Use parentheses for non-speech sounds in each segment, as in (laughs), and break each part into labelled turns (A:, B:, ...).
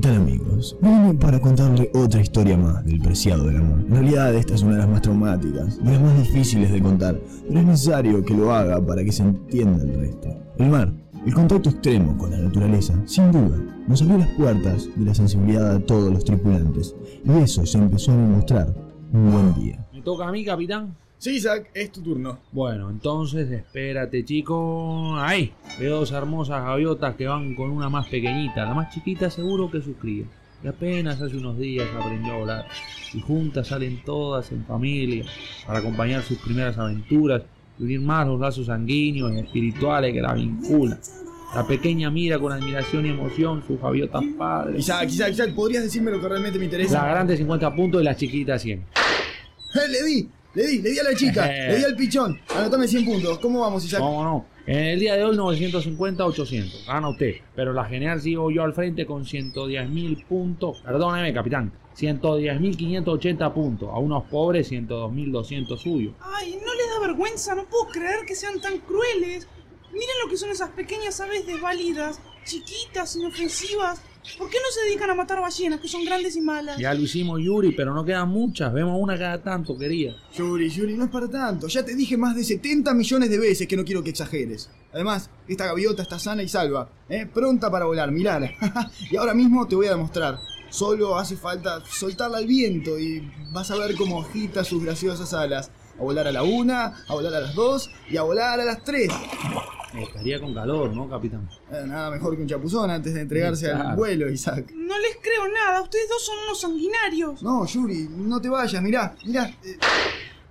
A: tal amigos? Vengo para contarle otra historia más del preciado del amor. En realidad esta es una de las más traumáticas, de las más difíciles de contar, pero es necesario que lo haga para que se entienda el resto. El mar, el contacto extremo con la naturaleza, sin duda, nos abrió las puertas de la sensibilidad a todos los tripulantes, y eso se empezó a demostrar un buen día.
B: ¿Me toca a mí, capitán?
C: Sí, Isaac, es tu turno.
B: Bueno, entonces espérate, chico. Ahí, veo dos hermosas gaviotas que van con una más pequeñita, la más chiquita seguro que sus crías. Y apenas hace unos días aprendió a volar. Y juntas salen todas en familia para acompañar sus primeras aventuras y unir más los lazos sanguíneos y espirituales que la vinculan. La pequeña mira con admiración y emoción sus gaviotas padres.
C: Isaac, Isaac, Isaac, ¿podrías decirme lo que realmente me
B: La
C: interesa?
B: grande 50 puntos y la chiquita 100.
C: ¡Eh, le di! Le di, le di a la chica,
B: Eh.
C: le di al pichón. Anotame 100 puntos. ¿Cómo vamos, Isaac?
B: ¿Cómo no? En el día de hoy 950-800. Gana usted. Pero la general sigo yo al frente con 110 mil puntos. Perdóneme, capitán. 110 mil 580 puntos. A unos pobres 102 mil 200 suyos.
D: Ay, no les da vergüenza, no puedo creer que sean tan crueles. Miren lo que son esas pequeñas aves desválidas, chiquitas, inofensivas. ¿Por qué no se dedican a matar ballenas que son grandes y malas?
B: Ya lo hicimos Yuri, pero no quedan muchas. Vemos una cada tanto, querida.
C: Yuri, Yuri, no es para tanto. Ya te dije más de 70 millones de veces que no quiero que exageres. Además, esta gaviota está sana y salva, ¿eh? pronta para volar, mirala. (laughs) y ahora mismo te voy a demostrar. Solo hace falta soltarla al viento y vas a ver cómo agita sus graciosas alas. A volar a la una, a volar a las dos y a volar a las tres.
B: Estaría con calor, ¿no, capitán?
C: Eh, nada mejor que un chapuzón antes de entregarse al
B: Claro.
C: vuelo, Isaac.
D: No les creo nada, ustedes dos son unos sanguinarios.
C: No, Yuri, no te vayas, mirá, mirá. eh,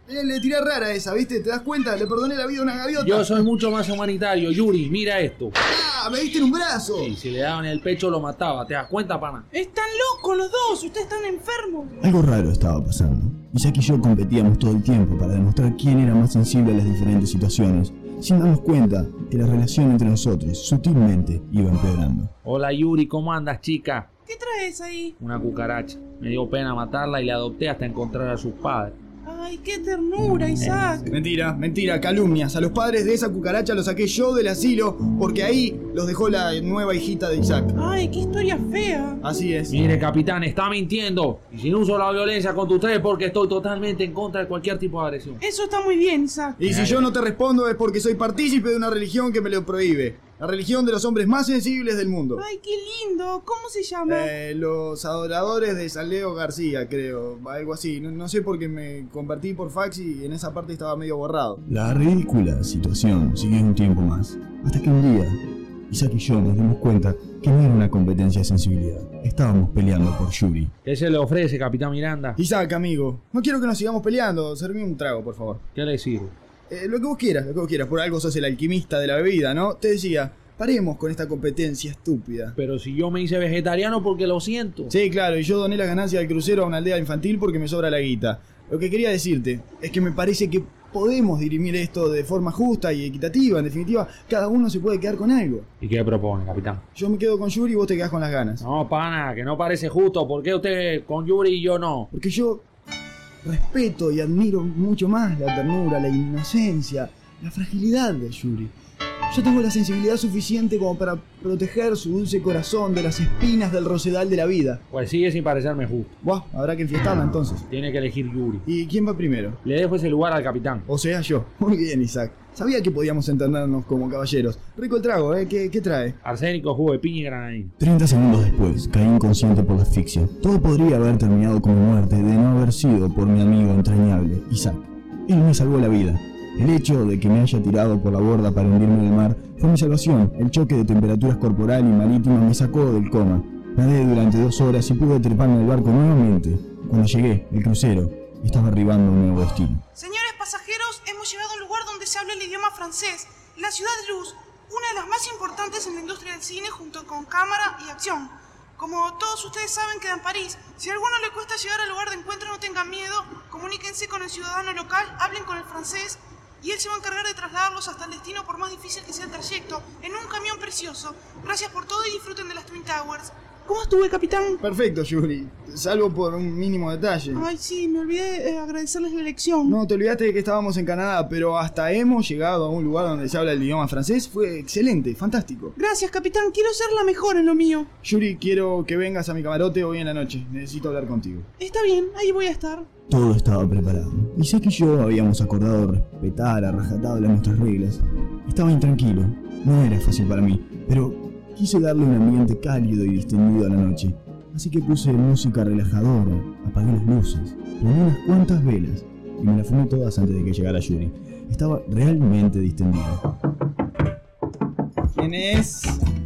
C: eh, le tiré rara a esa, ¿viste? ¿Te das cuenta? Le perdoné la vida a una gaviota.
B: Yo soy mucho más humanitario, Yuri. Mira esto.
C: ¡Ah! ¡Me diste en un brazo!
B: Y si le daban el pecho lo mataba. ¿Te das cuenta, pana?
D: Están locos los dos, ustedes están enfermos.
A: Algo raro estaba pasando. Isaac y yo competíamos todo el tiempo para demostrar quién era más sensible a las diferentes situaciones, sin darnos cuenta que la relación entre nosotros sutilmente iba empeorando.
B: Hola, Yuri. ¿Cómo andas, chica?
D: ¿Qué traes ahí?
B: una cucaracha. Me dio pena matarla y la adopté hasta encontrar a sus padres.
D: Ay, qué ternura,
C: eh,
D: Isaac.
C: Mentira, mentira, calumnias. A los padres de esa cucaracha los saqué yo del asilo porque ahí los dejó la nueva hijita de Isaac.
D: Ay, qué historia fea.
C: Así es.
B: Mire, capitán, está mintiendo. Y sin uso de la violencia contra ustedes porque estoy totalmente en contra de cualquier tipo de agresión.
D: Eso está muy bien, Isaac.
C: Y si yo no te respondo es porque soy partícipe de una religión que me lo prohíbe. La religión de los hombres más sensibles del mundo.
D: Ay, qué lindo. ¿Cómo se llama?
C: Eh, los adoradores de San Leo García, creo. Algo así. No, no sé por qué me convertí por fax y en esa parte estaba medio borrado.
A: La ridícula situación siguió un tiempo más, hasta que un día Isaac y yo nos dimos cuenta que no era una competencia de sensibilidad. Estábamos peleando por Yuri.
B: ¿Qué se le ofrece, capitán Miranda?
C: Isaac, amigo, no quiero que nos sigamos peleando. Serví un trago, por favor.
B: ¿Qué le sirve?
C: Eh, lo que vos quieras, lo que vos quieras. Por algo sos el alquimista de la bebida, ¿no? Te decía, paremos con esta competencia estúpida.
B: Pero si yo me hice vegetariano porque lo siento.
C: Sí, claro, y yo doné las ganancias del crucero a una aldea infantil porque me sobra la guita. Lo que quería decirte es que me parece que podemos dirimir esto de forma justa y equitativa. En definitiva, cada uno se puede quedar con algo.
B: ¿Y qué propone, capitán?
C: Yo me quedo con Yuri y vos te quedás con las ganas.
B: No, pana, que no parece justo. ¿Por qué usted con Yuri y yo no?
C: Porque yo respeto y admiro mucho más la ternura, la inocencia, la fragilidad de Yuri. Yo tengo la sensibilidad suficiente como para proteger su dulce corazón de las espinas del rosedal de la vida.
B: Pues sigue sin parecerme justo.
C: Buah, habrá que enfiestarla entonces.
B: Tiene que elegir Yuri.
C: ¿Y quién va primero?
B: Le dejo ese lugar al capitán.
C: O sea, yo. (laughs) Muy bien, Isaac. Sabía que podíamos entendernos como caballeros. Rico el trago, ¿eh? ¿Qué, qué trae?
B: Arsénico, jugo de piña y granadina.
A: 30 segundos después, caí inconsciente por la asfixia. Todo podría haber terminado con mi muerte de no haber sido por mi amigo entrañable, Isaac. Él me salvó la vida. El hecho de que me haya tirado por la borda para hundirme en el mar fue mi salvación. El choque de temperaturas corporal y marítima me sacó del coma. Nadé durante dos horas y pude treparme al barco nuevamente. Cuando llegué, el crucero estaba arribando a un nuevo destino.
D: Señores pasajeros, hemos llegado a un lugar donde se habla el idioma francés, la ciudad de Luz, una de las más importantes en la industria del cine junto con cámara y acción. Como todos ustedes saben, queda en París. Si a alguno le cuesta llegar al lugar de encuentro, no tengan miedo, comuníquense con el ciudadano local, hablen con el francés y él se va a encargar de trasladarlos hasta el destino por más difícil que sea el trayecto, en un camión precioso. Gracias por todo y disfruten de las Twin Towers. ¿Cómo estuve, capitán?
C: Perfecto, Yuri. Salvo por un mínimo detalle.
D: Ay, sí, me olvidé eh, agradecerles la lección.
C: No, te olvidaste de que estábamos en Canadá, pero hasta hemos llegado a un lugar donde se habla el idioma francés. Fue excelente, fantástico.
D: Gracias, capitán. Quiero ser la mejor en lo mío.
C: Yuri, quiero que vengas a mi camarote hoy en la noche. Necesito hablar contigo.
D: Está bien, ahí voy a estar.
A: Todo estaba preparado. Isaac y yo habíamos acordado respetar a rajatabla nuestras reglas. Estaba intranquilo. No era fácil para mí, pero quise darle un ambiente cálido y distendido a la noche. Así que puse música relajadora, apagué las luces, prendí unas cuantas velas y me las fumé todas antes de que llegara Yuri. Estaba realmente distendido.
C: ¿Quién es?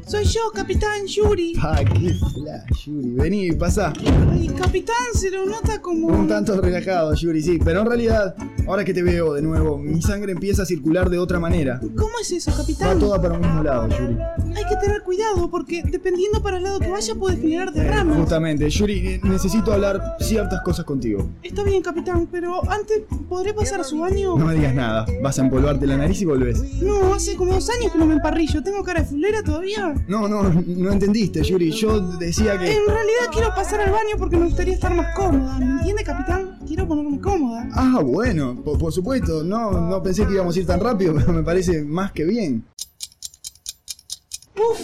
D: Soy yo, capitán Yuri.
C: Pa, qué flash, Yuri. Vení, pasá.
D: Ay, capitán se lo nota como.
C: Un tanto relajado, Yuri, sí. Pero en realidad, ahora que te veo de nuevo, mi sangre empieza a circular de otra manera.
D: ¿Cómo es eso,
C: Va
D: capitán?
C: toda para un mismo lado, Yuri.
D: Hay que tener cuidado porque dependiendo para el lado que vaya puede generar derrames.
C: Justamente, Yuri, eh, necesito hablar ciertas cosas contigo.
D: Está bien, capitán, pero antes, ¿podré pasar a su baño?
C: No me digas nada. Vas a empolvarte la nariz y volvés.
D: No, hace como dos años que no me emparrillo. ¿Tengo cara de fulera todavía?
C: No, no, no entendiste, Yuri. Yo decía que.
D: En realidad quiero pasar al baño porque me gustaría estar más cómoda. ¿Me entiende, capitán? Quiero ponerme cómoda.
C: Ah, bueno, po- por, supuesto. No, no pensé que íbamos a ir tan rápido, (laughs) pero me parece más que bien.
D: Uf,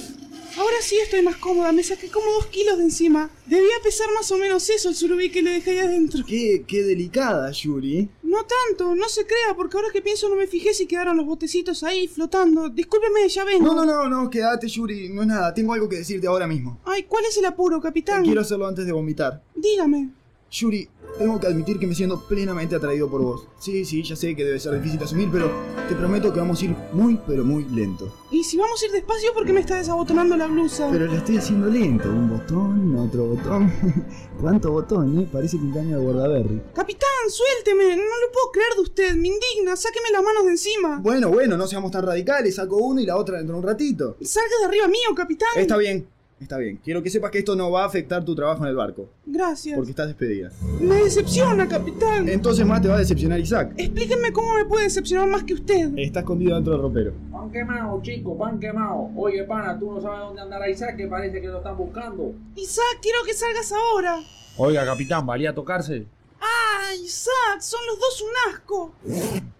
D: ahora sí estoy más cómoda. Me saqué como dos kilos de encima. Debía pesar más o menos eso el surubí que le dejé ahí adentro.
C: Qué, qué delicada, Yuri.
D: No tanto, no se crea, porque ahora que pienso no me fijé si quedaron los botecitos ahí flotando. Discúlpeme, ya vengo.
C: No, no, no, no, quédate, Yuri. No es nada. Tengo algo que decirte ahora mismo.
D: Ay, ¿cuál es el apuro, capitán?
C: Quiero hacerlo antes de vomitar.
D: Dígame.
C: Yuri, tengo que admitir que me siento plenamente atraído por vos. Sí, sí, ya sé que debe ser difícil de asumir, pero te prometo que vamos a ir muy, pero muy lento.
D: Y si vamos a ir despacio, ¿por qué me está desabotonando la blusa?
C: Pero lo estoy haciendo lento. Un botón, otro botón. (laughs) ¿Cuánto botón, eh? Parece cumpleaños de Bordaberry.
D: Capitán, suélteme. No lo puedo creer de usted. Me indigna. Sáqueme las manos de encima.
C: Bueno, bueno, no seamos tan radicales. Saco uno y la otra dentro de un ratito.
D: Salga de arriba mío, capitán.
C: Está bien, está bien. Quiero que sepas que esto no va a afectar tu trabajo en el barco,
D: Gracias.
C: porque estás despedida.
D: Me decepciona, capitán.
C: Entonces más te va a decepcionar Isaac.
D: Explíquenme cómo me puede decepcionar más que usted.
C: Está escondido dentro del ropero.
B: Pan quemado, chico, pan quemado. Oye, pana, tú no sabes dónde andará Isaac, que parece que lo están buscando.
D: Isaac, quiero que salgas ahora.
B: Oiga, capitán, ¿valía tocarse?
D: Ah, Isaac, son los dos un asco.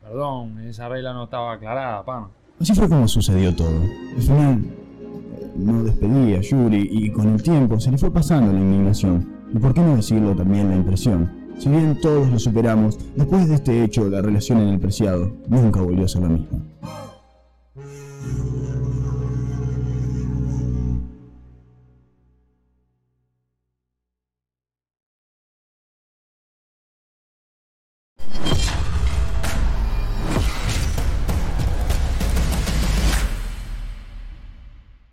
B: Perdón, esa regla no estaba aclarada, pana.
A: Así fue como sucedió todo. Al final, eh, no despedí a Yuri y con el tiempo se le fue pasando la indignación. Y por qué no decirlo también la impresión. Si bien todos lo superamos, después de este hecho la relación en el preciado nunca volvió a ser la misma.